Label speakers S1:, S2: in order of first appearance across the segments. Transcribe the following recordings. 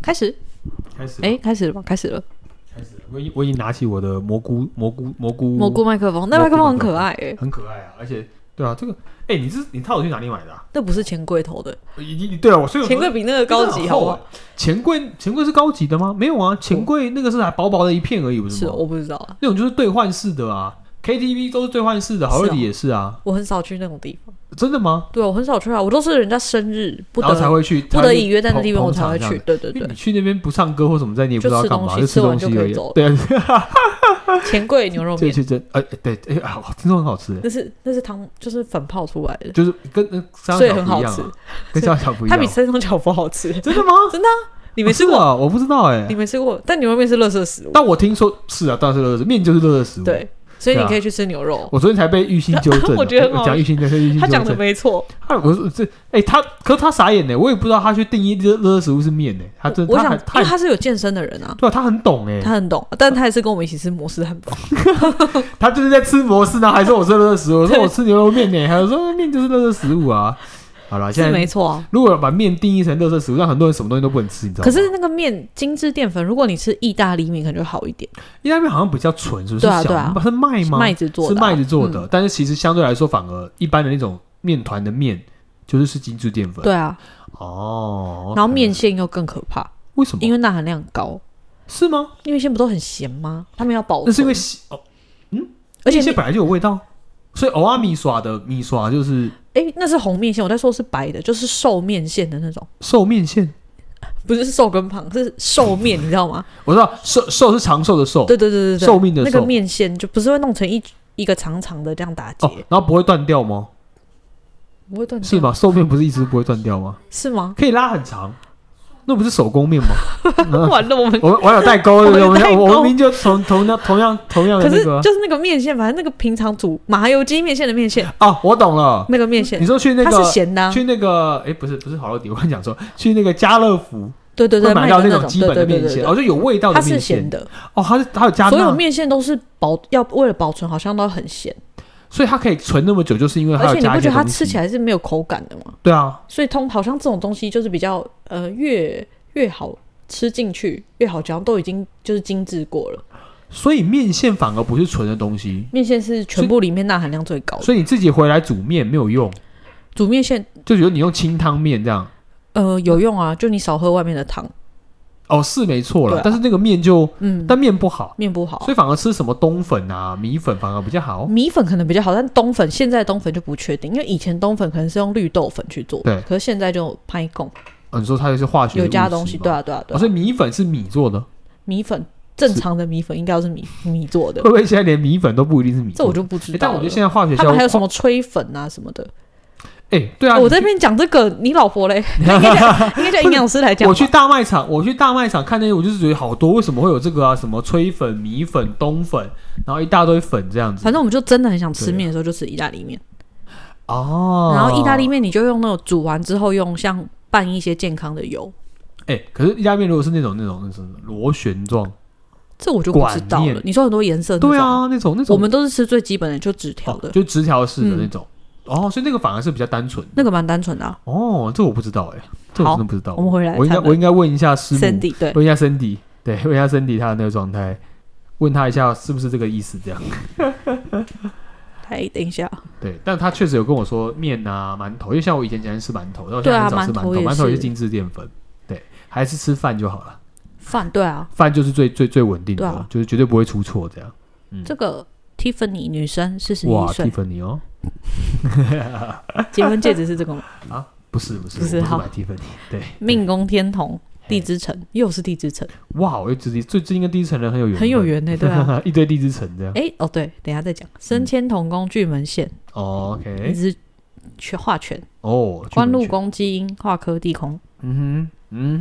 S1: 开始，
S2: 开始，
S1: 哎、，开始了吗？开始了。
S2: 开始了，我已经我已经拿起我的蘑菇蘑菇蘑菇
S1: 蘑菇，麦克风，那麦
S2: 蘑菇
S1: 克风很
S2: 嗯麦克
S1: 可
S2: 风
S1: 爱哎、
S2: 很可爱啊，而且对啊，这个哎、你是你套我去哪里买的、啊？
S1: 那不是钱柜 头的，
S2: 已经对啊，我所以我
S1: 钱柜比那个高级好 不好？？
S2: 啊
S1: 哦
S2: 钱柜钱柜是高级的吗？没有啊，钱柜那个是还薄薄的一片而已，不
S1: 是
S2: 吗？
S1: 我不知道啊，
S2: 那种就是兑换式的啊，KTV 都是兑换式的，好乐
S1: 是
S2: 迪
S1: 哦
S2: 也是啊，
S1: 我很少去那种地方。
S2: 真的吗？
S1: 对，我很少去啊，我都是人家生日不
S2: 然后才
S1: 得
S2: 会去，
S1: 不得已约在那地方，我才
S2: 才
S1: 会去。。对对
S2: 因为你
S1: 对，
S2: 去那边不唱歌或什么，在你也不知道干嘛，
S1: 就
S2: 就
S1: 吃
S2: 吃
S1: 东
S2: 东
S1: 西
S2: 西
S1: 吃完就可
S2: 而
S1: 以
S2: 已
S1: 走了。
S2: 对啊，
S1: 钱柜牛肉
S2: 这
S1: 面，
S2: 这这，哎对，哎好，听说很好吃，
S1: 那是那是汤，就是粉泡出来的，
S2: 就是跟跟沙
S1: 所以
S2: 拉
S1: 很
S2: 饺不
S1: 好
S2: 一样
S1: 吃
S2: 啊，。跟沙拉饺不一
S1: 它
S2: 样
S1: 比
S2: 啊。
S1: 三重饺不好 吃，
S2: 真的吗？
S1: 你没吃
S2: 哦是
S1: 过？
S2: 啊？我不知道哎
S1: 你。没吃过？但牛肉面是垃圾食物，
S2: 但我听说是啊，当然是热食面就是热食物。，
S1: 对，所以
S2: 对
S1: 你
S2: 啊
S1: 可以去吃牛肉。
S2: 我昨天才被玉兴纠正啊，
S1: 我觉得很好
S2: 讲玉兴对，玉兴
S1: 他
S2: 纠
S1: 讲的
S2: 正。
S1: 没错，
S2: 他我是这哎，他可是他傻眼呢，我也不知道他去定义热热食物是面呢，他真
S1: 我
S2: 啊他
S1: 想，
S2: 很
S1: 因
S2: 他
S1: 为
S2: 很
S1: 他是有健身的人啊，
S2: 对啊，他很懂哎，
S1: 他很懂，但他也是跟我们一起吃摩斯汉堡。
S2: 他就是在吃摩斯呢，还说我吃热食物，我说我吃牛肉面呢，还有说面就是热食物啊。好了，现
S1: 是没
S2: 在
S1: 错啊。
S2: 如果把面定义成热食物，让很多人什么东西都不能吃，你知道吗？
S1: 可是那个面精致淀粉，如果你吃意大利面，可能就好一点。
S2: 意大利面好像比较纯，是不是？
S1: 对啊
S2: 小
S1: 对啊
S2: 是麦吗？
S1: 麦子做的啊
S2: 是麦子做的，但是其实相对来说，反而一般的那种面团的面就是是精致淀粉。
S1: 对啊，
S2: 哦，
S1: 然后面线又更可怕，
S2: 为什么？
S1: 因为
S2: 为
S1: 钠含量高。
S2: 是吗？
S1: 面线不都很咸吗？他们要保存，
S2: 那是因为西哦，
S1: 而且
S2: 面线
S1: 面
S2: 本来就有味道，所以偶尔米刷的米刷就是
S1: 哎，那是红面线，我在说是白的，就是瘦面线的那种，
S2: 寿面线。
S1: 不是瘦跟旁，是瘦面，你知道吗？
S2: 我知道寿寿是长寿的寿，
S1: 对对对对对，
S2: 寿命哦的
S1: 那
S2: 寿
S1: 个面线就不是会弄成一一个长长的这样打结，
S2: 哦，然后不会断掉吗？
S1: 不会断掉
S2: 是吗？寿面不是一直不会断掉吗？
S1: 是吗？
S2: 可以拉很长，那不是手 工面吗？啊嗯
S1: 完了，我们
S2: 我我有代沟，对不对？
S1: 我
S2: 我
S1: 有
S2: 们
S1: 代沟
S2: 我们明明就同同样同样同样的
S1: 可
S2: 那
S1: 是
S2: 个啊
S1: 就是那个面线，反正那个平常煮麻油鸡面线的面线，
S2: 哦，我懂了。
S1: 那个面线
S2: 你说去那
S1: 嗯它是
S2: 个
S1: 咸的啊，
S2: 去那个，哎，不是不是好乐迪，我跟你讲说，去那个家乐福
S1: 对对对，
S2: 会买
S1: 卖
S2: 到
S1: 的
S2: 那
S1: 那
S2: 种基本
S1: 对对
S2: 的面
S1: 对对
S2: 线，
S1: 对
S2: 哦，就有味道
S1: 它
S2: 的
S1: 是
S2: 面
S1: 咸
S2: 线。
S1: 的，
S2: 哦，它是它有加
S1: 所有
S2: 钠，
S1: 面线都是保要为了保存，好像都很咸，
S2: 所以它可以存那么久，就是因为它
S1: 而
S2: 有
S1: 且你
S2: 加
S1: 不
S2: 一些
S1: 觉得它
S2: 东
S1: 吃起
S2: 西。
S1: 来是没有口感的吗？
S2: 对啊，
S1: 所以通好像这种东西就是比较呃越越好吃进去越好嚼，都已经就是精致过了。
S2: 所以面线反而不是纯的东西，
S1: 面线是全部里面钠含量最高的，
S2: 所以你自己回来煮面没有用，
S1: 煮面线
S2: 就觉得你用清汤面这样，
S1: 呃有用啊，就你少喝外面的汤，
S2: 哦，是没错
S1: 对
S2: 了
S1: 啊，
S2: 但是那个面就
S1: 嗯，
S2: 但面不好，
S1: 面不好
S2: 所。以反而吃什么冬粉啊、米粉反而比较好。
S1: 米粉可能比较好，但冬粉现在冬粉就不确定，因为以前冬粉可能是用绿豆粉去做，
S2: 对
S1: 可是现在就拍供
S2: 哦、你说它就是化学
S1: 有
S2: 物
S1: 加
S2: 质
S1: 东西，
S2: 嘛
S1: 对啊对啊对
S2: 哦
S1: 啊
S2: 所以米粉是米做的，
S1: 米粉正常的米粉应该都是米米做的
S2: 会，不会现在连米粉都不一定是米
S1: 这
S2: 做
S1: 我
S2: 的？
S1: 就不知
S2: 诶
S1: 道
S2: 但
S1: 了。
S2: 我觉得现在化学
S1: 他
S2: 效
S1: 们还有
S2: 果，
S1: 什么吹粉啊什么的，哦
S2: 哎、对啊，
S1: 我
S2: 你
S1: 在
S2: 去
S1: 那边讲这个，你老婆 嘞？应该叫应该叫营养师来讲吧。
S2: 我去大卖场，我去大卖场看那些，我就是觉得好多，为什么会有这个啊？什么吹粉、米粉、冬粉，然后一大堆粉这样子。
S1: 反正我们就真的很想吃
S2: 对啊
S1: 面的时候就吃意大利面，
S2: 哦，
S1: 然后意大利，面你就用那种煮完之后用像拌一些健康的油，
S2: 哎、可是意大利面如果是那种那种那种螺旋状，
S1: 这我就不知道
S2: 管
S1: 了
S2: 面。
S1: 你说很多颜色呃那种，
S2: 对，啊，那种那种
S1: 我们都是吃最基本的，就纸条的
S2: 哦，就直条式的
S1: 嗯
S2: 那种。哦，所以那个反而是比较单纯的。
S1: 那个蛮单纯的啊。
S2: 哦，这我不知道哎、这我
S1: 好
S2: 真的不知道。
S1: 我们回来
S2: 我应该
S1: 谈论
S2: 我应该问一下师母，
S1: Sandy 对，
S2: 问一下 Cindy，对，问一下 Cindy 他的那个状态，问他一下是不是这个意思这样。
S1: 哎，等一下，
S2: 对，但他确实有跟我说面啊、馒头，因为像我以前喜欢吃馒头，但我现
S1: 对
S2: 在
S1: 啊
S2: 很少吃馒头，
S1: 馒头也
S2: 馒
S1: 是
S2: 头也是精致淀粉，对，还是吃饭就好了，
S1: 饭对啊，
S2: 饭就是最最最稳定的，
S1: 对啊
S2: 就是绝对不会出错这样。
S1: 这个 Tiffany 女生四十一
S2: 哇，蒂
S1: 岁，
S2: 芬尼哦，
S1: 结婚戒指是这个吗？
S2: 不是不是，
S1: 不是
S2: 我不
S1: 好
S2: 是买蒂芬尼，对，
S1: 命宫天同，地之城又是地之城，
S2: 哇，我最近最近跟地之城人很有缘，
S1: 很有，缘呢、对 啊。
S2: 一堆地之城这样。
S1: 哎、哦对，等一下再
S2: 嗯
S1: 讲。升迁同宫巨门线，
S2: 哦
S1: 一
S2: OK，
S1: 只全化权，
S2: 哦，巨
S1: 官
S2: 门
S1: 禄
S2: 犬，
S1: 宫基因化科地空。
S2: 嗯哼，嗯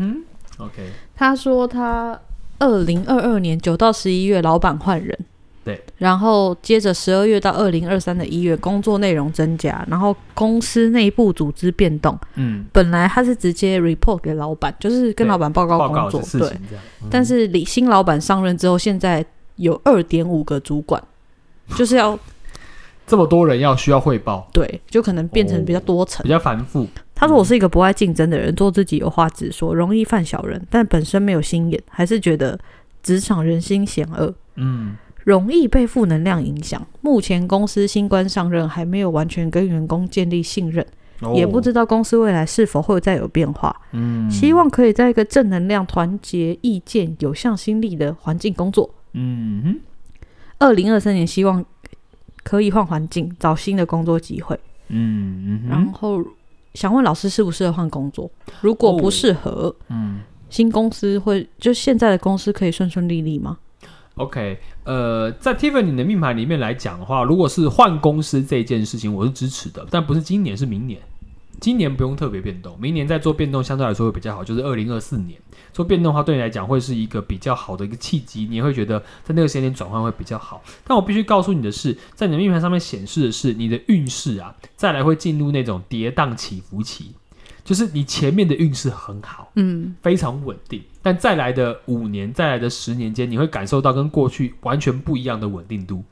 S2: 哼，OK，
S1: 他说他二零二二年九到十一月老板换人，
S2: 对，
S1: 然后接着十二月到二零二三的一月工作内容增加，然后公司内部组织变动。
S2: 嗯，
S1: 本来他是直接 report 给老板，就是跟
S2: 对
S1: 老板报告
S2: 报告
S1: 工作
S2: 的，事
S1: 对。
S2: 情这样，
S1: 但是李新老板上任之后，现在有二点五个主管，就是要
S2: 这么多人要需要汇报，
S1: 对，就可能变成比较多层，
S2: 哦比较繁复，
S1: 他说我是一个不爱竞争的人，做自己有话直说，容易犯小人，但本身没有心眼，还是觉得职场人心险恶，
S2: 嗯
S1: 容易被负能量影响。目前公司新官上任，还没有完全跟员工建立信任，
S2: 哦
S1: 也不知道公司未来是否会再有变化。
S2: 嗯
S1: 希望可以在一个正能量、团结意见、有向心力的环境工作。
S2: 嗯哼
S1: 二零二三年希望可以换环境，找新的工作机会。
S2: 嗯嗯
S1: 然
S2: 哼
S1: 后想问老师适不适合换工作？如果不适合，
S2: 嗯
S1: 新公司会就现在的公司可以顺顺利利吗？
S2: ，OK，呃，在 Tiffany 的命盘里面来讲的话，如果是换公司这件事情，我是支持的，但不是今年，是明年。今年不用特别变动，明年再做变动相对来说会比较好，就是二零二四年做变动的话，对你来讲会是一个比较好的一个契机，你也会觉得在那个时间点转换会比较好。但我必须告诉你的是，在你的命盘上面显示的是你的运势啊，再来会进入那种跌宕起伏期，就是你前面的运势很好。
S1: 嗯，
S2: 非常稳定，但再来的五年、再来的十年间，你会感受到跟过去完全不一样的稳定度。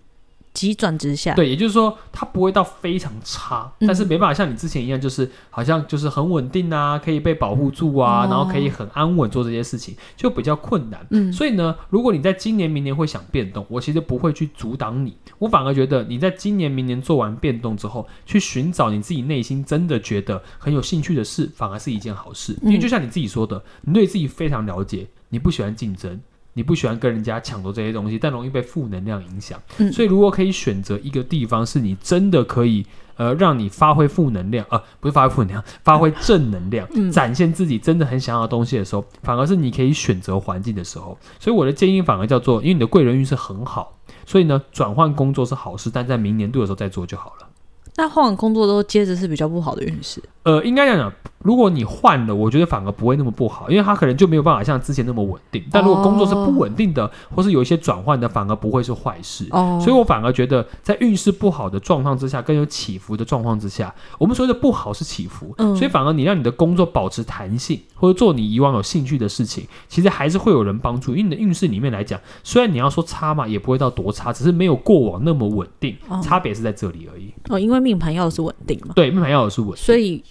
S1: 急转直下。
S2: 对，也就是说，它不会到非常差，
S1: 嗯
S2: 但是没办法像你之前一样，就是好像就是很稳定啊，可以被保护住啊，
S1: 哦
S2: 然后可以很安稳做这些事情，就比较困难。
S1: 嗯
S2: 所以呢，如果你在今年、明年会想变动，我其实不会去阻挡你，我反而觉得你在今年、明年做完变动之后，去寻找你自己内心真的觉得很有兴趣的事，反而是一件好事。因为
S1: 嗯
S2: 就像你自己说的，你对自己非常了解，你不喜欢竞争，你不喜欢跟人家抢夺这些东西，但容易被负能量影响。
S1: 嗯
S2: 所以如果可以选择一个地方，是你真的可以。呃，让你发挥负能量，呃，不是发挥负能量， 发挥正能量，
S1: 嗯
S2: 展现自己真的很想要的东西的时候，反而是你可以选择环境的时候。所以我的建议反而叫做，因为你的贵人运是很好，所以呢，转换工作是好事，但在明年度的时候再做就好了。
S1: 那换完工作之后，接着是比较不好的运势。
S2: 呃，应该这样讲，如果你换了，我觉得反而不会那么不好，因为它可能就没有办法像之前那么稳定。但如果工作是不稳定的，或是有一些转换的，反而不会是坏事。
S1: 哦
S2: 所以我反而觉得，在运势不好的状况之下，更有起伏的状况之下，我们所谓的不好是起伏，
S1: 嗯
S2: 所以反而你让你的工作保持弹性，或者做你以往有兴趣的事情，其实还是会有人帮助。因为你的运势里面来讲，虽然你要说差嘛，也不会到多差，只是没有过往那么稳定，
S1: 哦
S2: 差别是在这里而已。
S1: 哦，因为命盘要的是稳定嘛，
S2: 对，命盘要有是稳定，
S1: 所以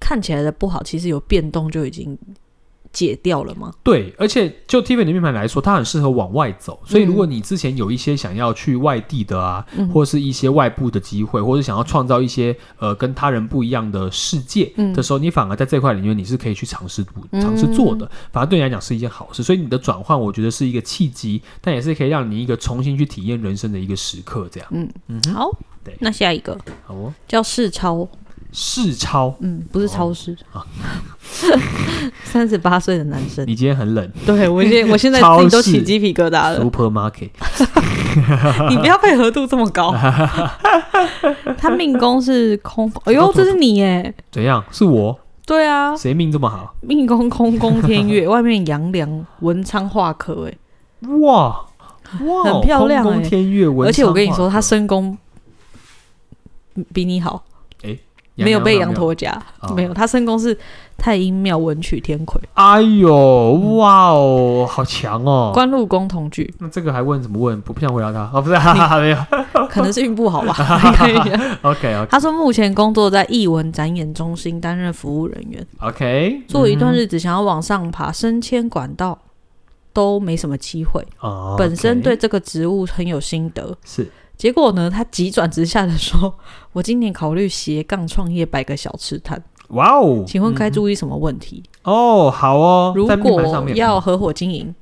S1: 看起来的不好，其实有变动就已经解掉了吗？
S2: 对，而且就 Tiffany 的命盘来说，它很适合往外走。所以如果你之前有一些想要去外地的啊，
S1: 嗯
S2: 或是一些外部的机会，或是想要创造一些呃跟他人不一样的世界
S1: 嗯
S2: 的时候，你反而在这块领域你是可以去尝试尝试做的，反而对你来讲是一件好事。所以你的转换，我觉得是一个契机，但也是可以让你一个重新去体验人生的一个时刻。这样
S1: 嗯
S2: 嗯哼
S1: 好
S2: 对，
S1: 那下一个
S2: 好哦，
S1: 叫世超，
S2: 世超，
S1: 嗯，不是
S2: 哦
S1: 超市
S2: 啊，
S1: 三十八岁的男生。
S2: 你今天很冷
S1: 对我现我现在
S2: 超
S1: 自己都
S2: 市
S1: 起鸡皮疙瘩了。
S2: ，Supermarket，
S1: 你不要配合度这么 高。他命宫是空，哎呦，这是你耶！
S2: 怎样？是我
S1: 对啊，
S2: 谁命这么好？
S1: 命宫空宫天 月，外面阳梁文昌化科，哎，
S2: 哇哇，
S1: 很漂亮
S2: 空宫
S1: 欸
S2: 天月文，
S1: 而且我跟你说，他身宫比你好，没有被羊
S2: 驼。
S1: 驼夹
S2: 哦，
S1: 没有，他身宫是太阴庙文曲天魁，
S2: 哎呦，哇哦，好强哦！
S1: 官禄宫同 居，
S2: 那这个还问怎么问？不不想回答他哦，不是，哈哈哈， 没有。
S1: 可能是运不好 吧。 你看一下
S2: OK OK
S1: 他说目前工作在艺文展演中心担任服务人员，
S2: OK，嗯
S1: 做一段日子想要往上爬，升迁管道都没什么机会。
S2: 哦，
S1: 本身
S2: OK，
S1: 对这个职务很有心得，
S2: 是
S1: 结果呢，他急转直下的说：“我今年考虑斜杠创业，摆个小吃摊，
S2: 哇哦，
S1: 请问该
S2: 嗯
S1: 注意什么问题？
S2: 哦，好哦，
S1: 如
S2: 在命盘上
S1: 果
S2: 面
S1: 要合伙经营，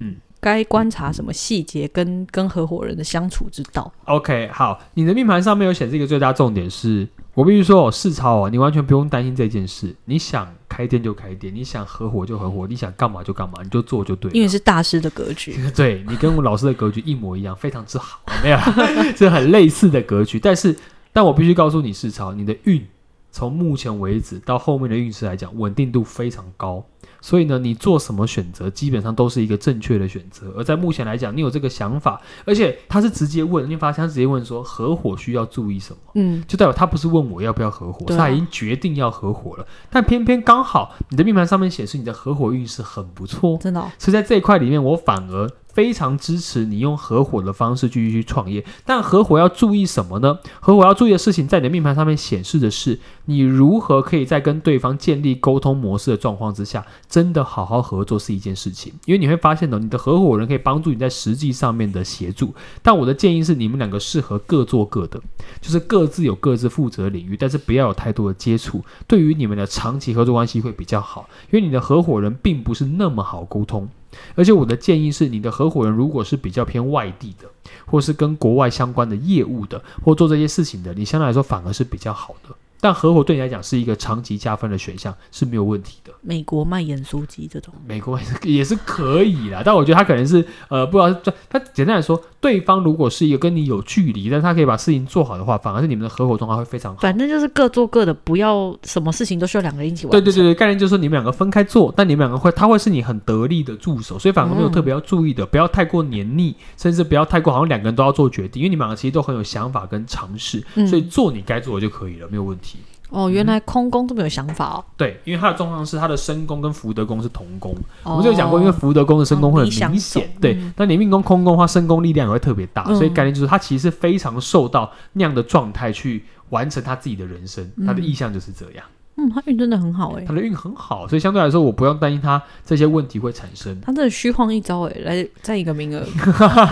S2: 嗯，
S1: 该观察什么细节跟跟合伙人的相处之道？
S2: OK，好，你的命盘上面有显示一个最大重点是，我必须说哦，世超哦，你完全不用担心这件事，你想开店就开店，你想合伙就合伙，你想干嘛就干嘛，你就做就对了。啊
S1: 因为是大师的格 局，
S2: 对你跟我老师的格局一模一样，非常之好，没有啦， 是很类似的格局。但是，但我必须告诉你，世超，你的运从目前为止到后面的运势来讲，稳定度非常高。所以呢，你做什么选择，基本上都是一个正确的选择。而在目前来讲，你有这个想法，而且他是直接问，你会发现他直接问说合伙需要注意什么。
S1: 嗯，
S2: 就代表他不是问我要不要合伙，
S1: 对
S2: 是
S1: 啊
S2: 他已经决定要合伙了。但偏偏刚好你的命盘上面显示你的合伙运势很不错，
S1: 真的哦、
S2: 所以在这一块里面，我反而非常支持你用合伙的方式继续去创业。但合伙要注意什么呢？合伙要注意的事情，在你的命盘上面显示的是，你如何可以在跟对方建立沟通模式的状况之下，真的好好合作是一件事情。因为你会发现哦呢，你的合伙人可以帮助你在实际上面的协助。但我的建议是，你们两个适合各做各的，就是各自有各自负责的领域，但是不要有太多的接触，对于你们的长期合作关系会比较好。因为你的合伙人并不是那么好沟通。而且我的建议是，你的合伙人如果是比较偏外地的，或是跟国外相关的业务的，或做这些事情的，你相对来说反而是比较好的。但合伙对你来讲是一个长期加分的选项，是没有问题的。
S1: 美国卖盐酥鸡这种，
S2: 美国也是也是可以啦，但我觉得他可能是呃，不知道他他简单来说，对方如果是一个跟你有距离，但是他可以把事情做好的话，反而是你们的合伙状况会非常好。
S1: 反正就是各做各的，不要什么事情都需要两个人一起完
S2: 对
S1: 成。
S2: 对对对，概念就是你们两个分开做，但你们两个会，他会是你很得力的助手，所以反而没有特别要注意
S1: 嗯
S2: 的，不要太过黏腻，甚至不要太过好像两个人都要做决定，因为你们两个其实都很有想法跟尝试，
S1: 嗯
S2: 所以做你该做的就可以了，没有问题。
S1: 哦，原来空宫这么有想法哦。
S2: 对，因为他的状况是他的身宫跟福德宫是同宫，
S1: 哦
S2: 嗯我们就有讲过，因为福德宫的身宫会
S1: 哦理
S2: 很
S1: 想
S2: 明显，
S1: 种
S2: 对
S1: 嗯。
S2: 那你命宫空宫的话，身宫力量也会特别大，
S1: 嗯
S2: 所以概念就是他其实非常受到那样的状态去完成他自己的人生，他的意向就是这样。
S1: 嗯，他运真的很好哎、
S2: 他的运很好，所以相对来说，我不用担心他这些问题会产 生。
S1: 他真的虚晃一招哎、来占一个名额。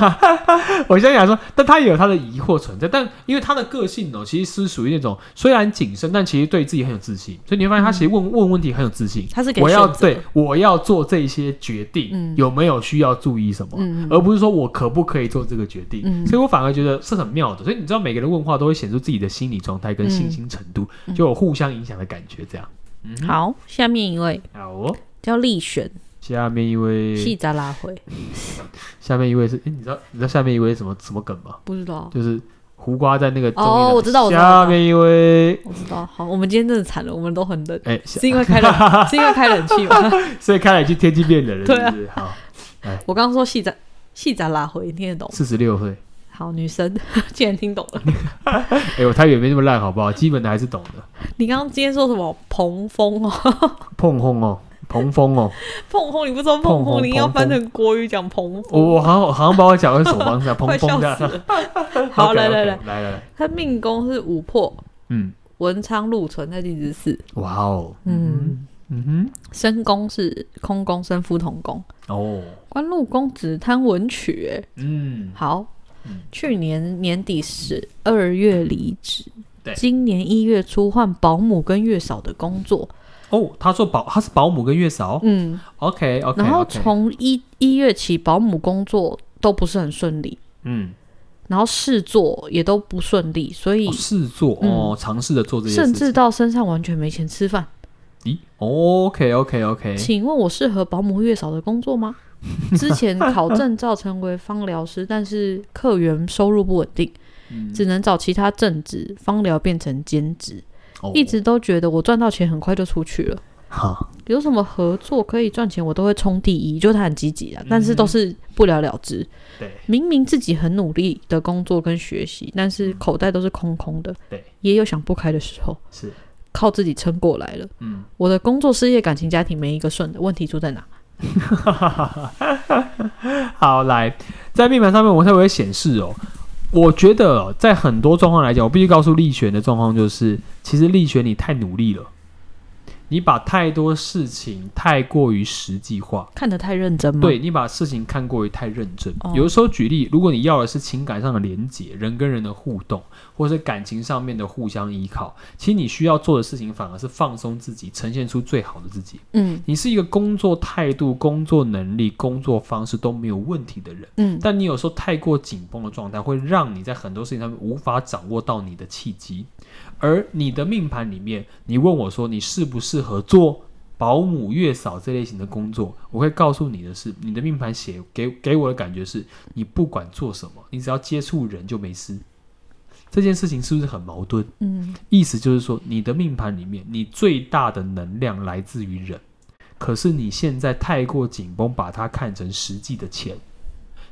S2: 我相信来说，但他也有他的疑惑存在，但因为他的个性哦，其实是属于那种虽然谨慎，但其实对自己很有自信，所以你会发现他其实问、问问题很有自信。
S1: 他是给
S2: 我要
S1: 选择
S2: 对，我要做这些决定，
S1: 嗯
S2: 有没有需要注意什么？
S1: 嗯
S2: 而不是说我可不可以做这个决定，
S1: 嗯
S2: 所以我反而觉得是很妙的。所以你知道，每个人问话都会显出自己的心理状态跟信心程度，
S1: 嗯
S2: 就有互相影响的感觉。这样，
S1: 好，下面一位
S2: 好哦。
S1: 叫丽璇，
S2: 下面一位
S1: 细扎拉回，
S2: 下面一位是，诶你知道你知道下面一位是什么什么梗吗？
S1: 不知道，
S2: 就是胡瓜在那个综艺
S1: 哦
S2: 的
S1: 我知道我知道
S2: 下面一位，
S1: 我知道。好，我们今天真的惨了，我们都很 冷，
S2: 哎、下
S1: 是因为开 冷，是因为开冷气吗？
S2: 所以看来就天气变冷了，
S1: 对啊
S2: 是不是？好，
S1: 我刚刚说细扎细扎拉回，你听得懂？
S2: 四十六岁，
S1: 好，女生 竟然听懂了。
S2: 哎、我台语也没那么烂，好不好？基本的还是懂的。
S1: 你刚刚今天说什么蓬风哦？
S2: 碰轰哦，彭风哦，
S1: 碰轰，你不说
S2: 碰
S1: 碰
S2: 轰
S1: 轰，你要
S2: 碰哦
S1: 翻
S2: 轰
S1: 成国语讲蓬
S2: 我
S1: 风，
S2: 我好像好像把我讲的手方 向，
S1: 快
S2: 彭
S1: 笑
S2: 风
S1: 死
S2: 的。
S1: 了。 好，
S2: OK，OK，
S1: 来来来，
S2: 来来来，
S1: 他命宫是五破，
S2: 嗯，
S1: 文昌禄存在地支四，
S2: 哇哦，
S1: 嗯，
S2: 嗯
S1: 身宫是空宫，身夫同宫，
S2: 哼，哦，
S1: 官禄宫只贪文曲、欸，
S2: 嗯，
S1: 好
S2: 嗯，
S1: 去年年底十二月离职
S2: 对，
S1: 今年一月初换保姆跟月嫂的工作，
S2: 哦，他做保，他是保姆跟月嫂
S1: 嗯，
S2: ，OK OK，
S1: 然后从一一月起，保姆工作都不是很顺利，
S2: 嗯，
S1: 然后试做也都不顺利，所以
S2: 哦试做
S1: 嗯
S2: 哦，尝试着做这些事
S1: 甚
S2: 情，
S1: 至到身上完全没钱吃饭。
S2: 咦，OK OK OK，
S1: 请问我适合保姆月嫂的工作 吗？之前考证照成为芳疗师，但是客源收入不稳定，
S2: 嗯
S1: 只能找其他正职，芳疗变成兼职。
S2: 哦
S1: 一直都觉得我赚到钱很快就出去了，
S2: 哈，
S1: 有什么合作可以赚钱，我都会冲第一，就是他很积极啊，但是
S2: 嗯
S1: 都是不了了之。
S2: 对，
S1: 明明自己很努力的工作跟学习，但是口袋都是空空的。
S2: 嗯对，
S1: 也有想不开的时候，
S2: 是，
S1: 靠自己撑过来了。
S2: 嗯，
S1: 我的工作、事业、感情、家庭没一个顺的，问题出在哪？
S2: 好，来，在命盘上面我才会显示哦。我觉得哦在很多状况来讲，我必须告诉丽璇的状况就是，其实丽璇你太努力了，你把太多事情太过于实际化，
S1: 看得太认真吗？
S2: 对你把事情看过于太认真。
S1: 嗯哦
S2: 有的时候举例，如果你要的是情感上的连结，人跟人的互动，或是感情上面的互相依靠，其实你需要做的事情反而是放松自己，呈现出最好的自己。
S1: 嗯
S2: 你是一个工作态度、工作能力、工作方式都没有问题的人，
S1: 嗯，
S2: 但你有时候太过紧绷的状态，会让你在很多事情上面无法掌握到你的契机。而你的命盘里面，你问我说你适不适合做保姆、月嫂这类型的工作，我会告诉你的是，你的命盘写给给我的感觉是，你不管做什么，你只要接触人就没事。这件事情是不是很矛盾？
S1: 嗯
S2: 意思就是说，你的命盘里面，你最大的能量来自于人，可是你现在太过紧绷，把它看成实际的钱，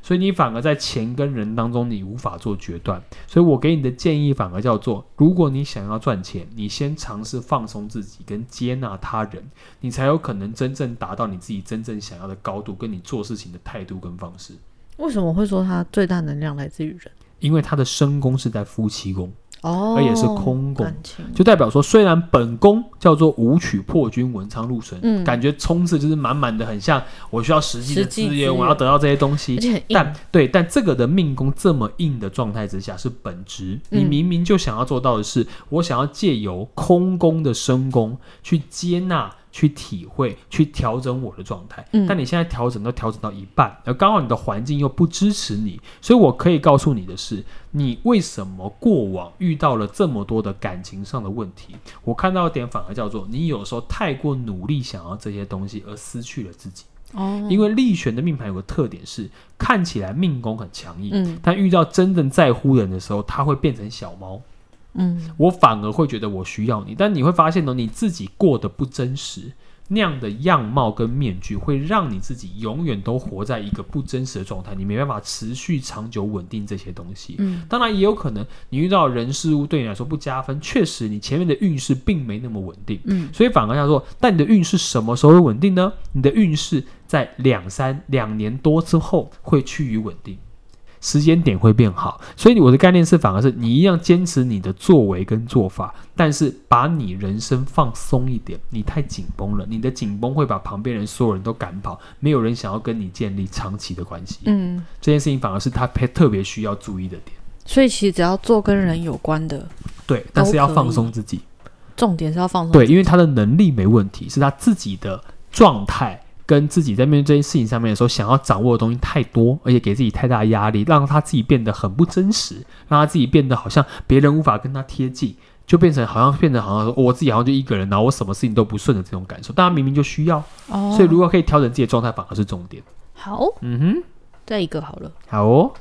S2: 所以你反而在钱跟人当中，你无法做决断。所以我给你的建议反而叫做：如果你想要赚钱，你先尝试放松自己跟接纳他人，你才有可能真正达到你自己真正想要的高度，跟你做事情的态度跟方式。
S1: 为什么会说它最大能量来自于人？
S2: 因为它的身宫是在夫妻宫，
S1: 哦，
S2: 而也是空宫
S1: 感情，
S2: 就代表说，虽然本宫叫做武曲破军，文昌入神，
S1: 嗯
S2: 感觉冲刺就是满满的，很像我需要实际的
S1: 实际
S2: 资
S1: 资
S2: 源，
S1: 源
S2: 我要得到这些东
S1: 而
S2: 西。
S1: 且很硬
S2: 但对，但这个的命宫这么硬的状态之下是本职，你
S1: 嗯
S2: 明明就想要做到的是，我想要借由空宫的身宫去接纳、去体会、去调整我的状态，
S1: 嗯
S2: 但你现在调整都调整到一半，而刚好你的环境又不支持你，所以我可以告诉你的是，你为什么过往遇到了这么多的感情上的问题？我看到的点反而叫做你有时候太过努力想要这些东西，而失去了自己。
S1: 哦，
S2: 因为力玄的命盘有个特点是，看起来命宫很强硬，
S1: 嗯
S2: 但遇到真正在乎人的时候，他会变成小猫。
S1: 嗯
S2: 我反而会觉得我需要你，但你会发现呢，哦你自己过得不真实，那样的样貌跟面具会让你自己永远都活在一个不真实的状态，你没办法持续长久稳定这些东西。
S1: 嗯
S2: 当然也有可能你遇到人事物对你来说不加分，确实你前面的运势并没那么稳定。
S1: 嗯
S2: 所以反而要说，但你的运势什么时候会稳定呢？你的运势在两三两年多之后会趋于稳定，时间点会变好。所以我的概念是，反而是你一样坚持你的作为跟做法，但是把你人生放松一点。你太紧绷了，你的紧绷会把旁边人所有人都赶跑，没有人想要跟你建立长期的关系。
S1: 嗯，
S2: 这件事情反而是他特特别需要注意的点。
S1: 所以其实只要做跟人有关的，
S2: 对，但是
S1: 都
S2: 要
S1: 可
S2: 放
S1: 以
S2: 松自己。
S1: 重点是要放松。
S2: 对，因为他的能力没问题，是他自己的状态跟自己在面对这件事情上面的时候，想要掌握的东西太多，而且给自己太大的压力，让他自己变得很不真实，让他自己变得好像别人无法跟他贴近。就变成好像变成好像说、哦我自己好像就一个人，然后我什么事情都不顺的这种感受，但他明明就需要，
S1: 哦，
S2: 所以如果可以调整自己的状态，反而是重点。
S1: 好，
S2: 嗯
S1: 再一个好了
S2: 哼，，好哦。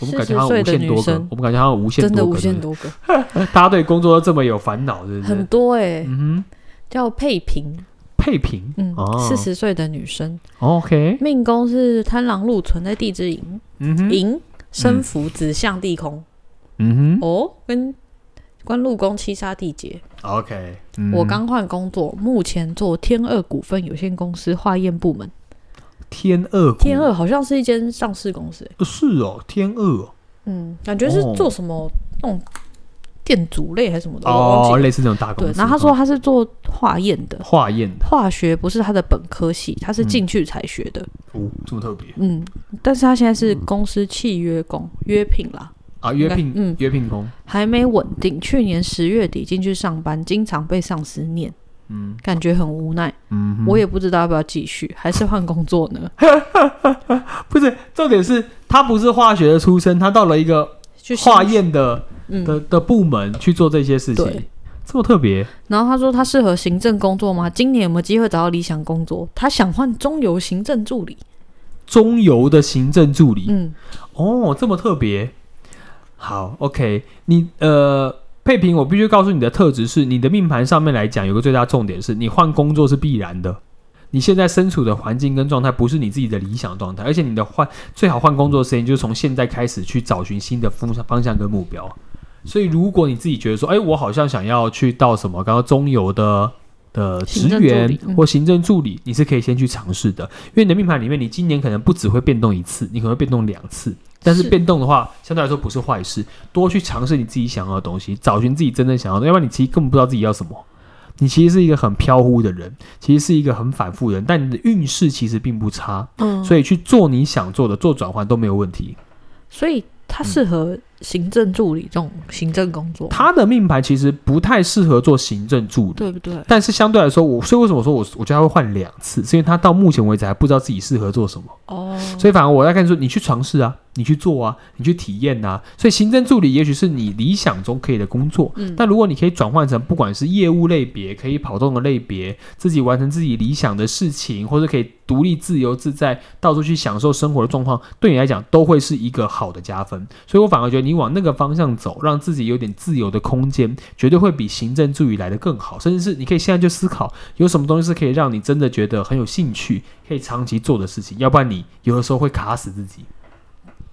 S2: 我们
S1: 四
S2: 感觉
S1: 十
S2: 好像
S1: 岁
S2: 无
S1: 的
S2: 限
S1: 女
S2: 多个
S1: 生，
S2: 我们感觉好像无限
S1: 真
S2: 多
S1: 的
S2: 个，
S1: 无限
S2: 对不
S1: 多个，
S2: 对大家对工作都这么有烦恼，是不
S1: 很
S2: 是？
S1: 多哎，
S2: 嗯哼，
S1: 叫配平，
S2: 配平，
S1: 嗯
S2: 哦，
S1: 四十岁的女生，
S2: OK，
S1: 命宫是贪狼禄存在地支寅，
S2: 嗯哼，
S1: 寅身福子向地空，
S2: 嗯
S1: 哦，跟官禄宫七杀地劫。
S2: 哼，OK，
S1: 我刚换工作，目前做天二股份有限公司化验部门。
S2: 天二股
S1: 天二好像是一间上市公司欸、
S2: 呃是哦，天二
S1: 嗯，感觉是
S2: 哦
S1: 做什么那种电阻类还是什么的，我忘
S2: 哦，
S1: 记了。
S2: 类似这种大公
S1: 对
S2: 司。，哦
S1: 然后他说他是做化验的
S2: 嗯，化验的，
S1: 化学不是他的本科系，他是
S2: 嗯
S1: 进去才学的。
S2: 哦，这么特别
S1: 嗯但是他现在是
S2: 嗯
S1: 公司契约工约聘啦，
S2: 啊，约聘，
S1: 嗯
S2: 约聘工，
S1: 还没稳定。去年十月底进去上班，经常被上司念，
S2: 嗯
S1: 感觉很无奈。
S2: 嗯哼，
S1: 我也不知道要不要继续，还是换工作 呢？
S2: 不是重点是他不是化学的出身，他到了一个
S1: 去新
S2: 化验的
S1: 嗯
S2: 的的部门去做这些事情
S1: 对，
S2: 这么特别，
S1: 然后他说他适合行政工作吗？今年有没有机会找到理想工作？他想换中游行政助理。
S2: 中游的行政助理，
S1: 嗯，
S2: 哦，这么特别。好，OK，你呃，佩平，我必须告诉你的特质是，你的命盘上面来讲，有个最大重点是，你换工作是必然的。你现在身处的环境跟状态不是你自己的理想状态，而且你的换最好换工作的时间就是从现在开始去找寻新的方向、方向跟目标。所以，如果你自己觉得说，哎，我好像想要去到什么，刚刚中游的的职
S1: 行政助
S2: 员
S1: 理嗯
S2: 或行政助理，你是可以先去尝试的，因为你的命盘里面，你今年可能不只会变动一次，你可能会变动两次。但是
S1: 是
S2: 变动的话，相对来说不是坏事，多去尝试你自己想要的东西，找寻自己真正想要的，要不然你其实根本不知道自己要什么。你其实是一个很飘忽的人，其实是一个很反复的人，但你的运势其实并不差，
S1: 嗯
S2: 所以去做你想做的，做转换都没有问题。
S1: 所以他适合行政助理这种行政工作，
S2: 他的命盘其实不太适合做行政助理，
S1: 对不对？
S2: 但是相对来说，我所以为什么说我我觉得他会换两次，是因为他到目前为止还不知道自己适合做什么。
S1: 哦，
S2: 所以反而我在看说，你去尝试啊，你去做啊，你去体验呐、所以行政助理也许是你理想中可以的工作，
S1: 嗯
S2: 但如果你可以转换成不管是业务类别，可以跑动的类别，自己完成自己理想的事情，或者可以独立自由自在，到处去享受生活的状况，对你来讲都会是一个好的加分。所以我反而觉得你往那个方向走，让自己有点自由的空间，绝对会比行政助理来的更好。甚至是你可以现在就思考，有什么东西是可以让你真的觉得很有兴趣，可以长期做的事情，要不然你有的时候会卡死自己，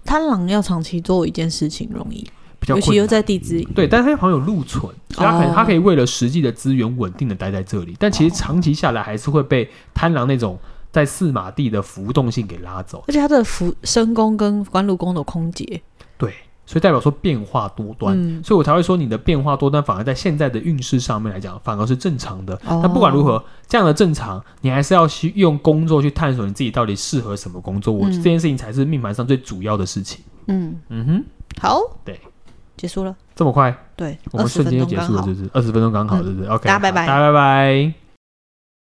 S1: 贪狼要长期做一件事情容易，
S2: 比较
S1: 尤其
S2: 困
S1: 又
S2: 难。嗯
S1: 在地支里，
S2: 对，但是他好像有禄存，所以他可能
S1: 哦
S2: 他可以为了实际的资源稳定的待在这里，但其实长期下来还是会被贪狼那种在四马地的浮动性给拉走。
S1: 而且它的服深宫跟关禄宫的空姐，
S2: 对，所以代表说变化多端，
S1: 嗯，
S2: 所以我才会说你的变化多端反而在现在的运势上面来讲，反而是正常的。
S1: 哦
S2: 但不管如何，这样的正常，你还是要去用工作去探索你自己到底适合什么工作。我、
S1: 嗯
S2: 这件事情才是命盘上最主要的事情。
S1: 嗯，
S2: 嗯哼，
S1: 好，
S2: 对，
S1: 结束了，
S2: 这么快，
S1: 对，
S2: 我们
S1: 20
S2: 瞬
S1: 分
S2: 间就
S1: 钟
S2: 结
S1: 刚
S2: 束了，
S1: 好
S2: 是。不是？二十分钟刚好，
S1: 嗯
S2: 是不是？OK，
S1: 大家拜拜
S2: 好大家拜拜。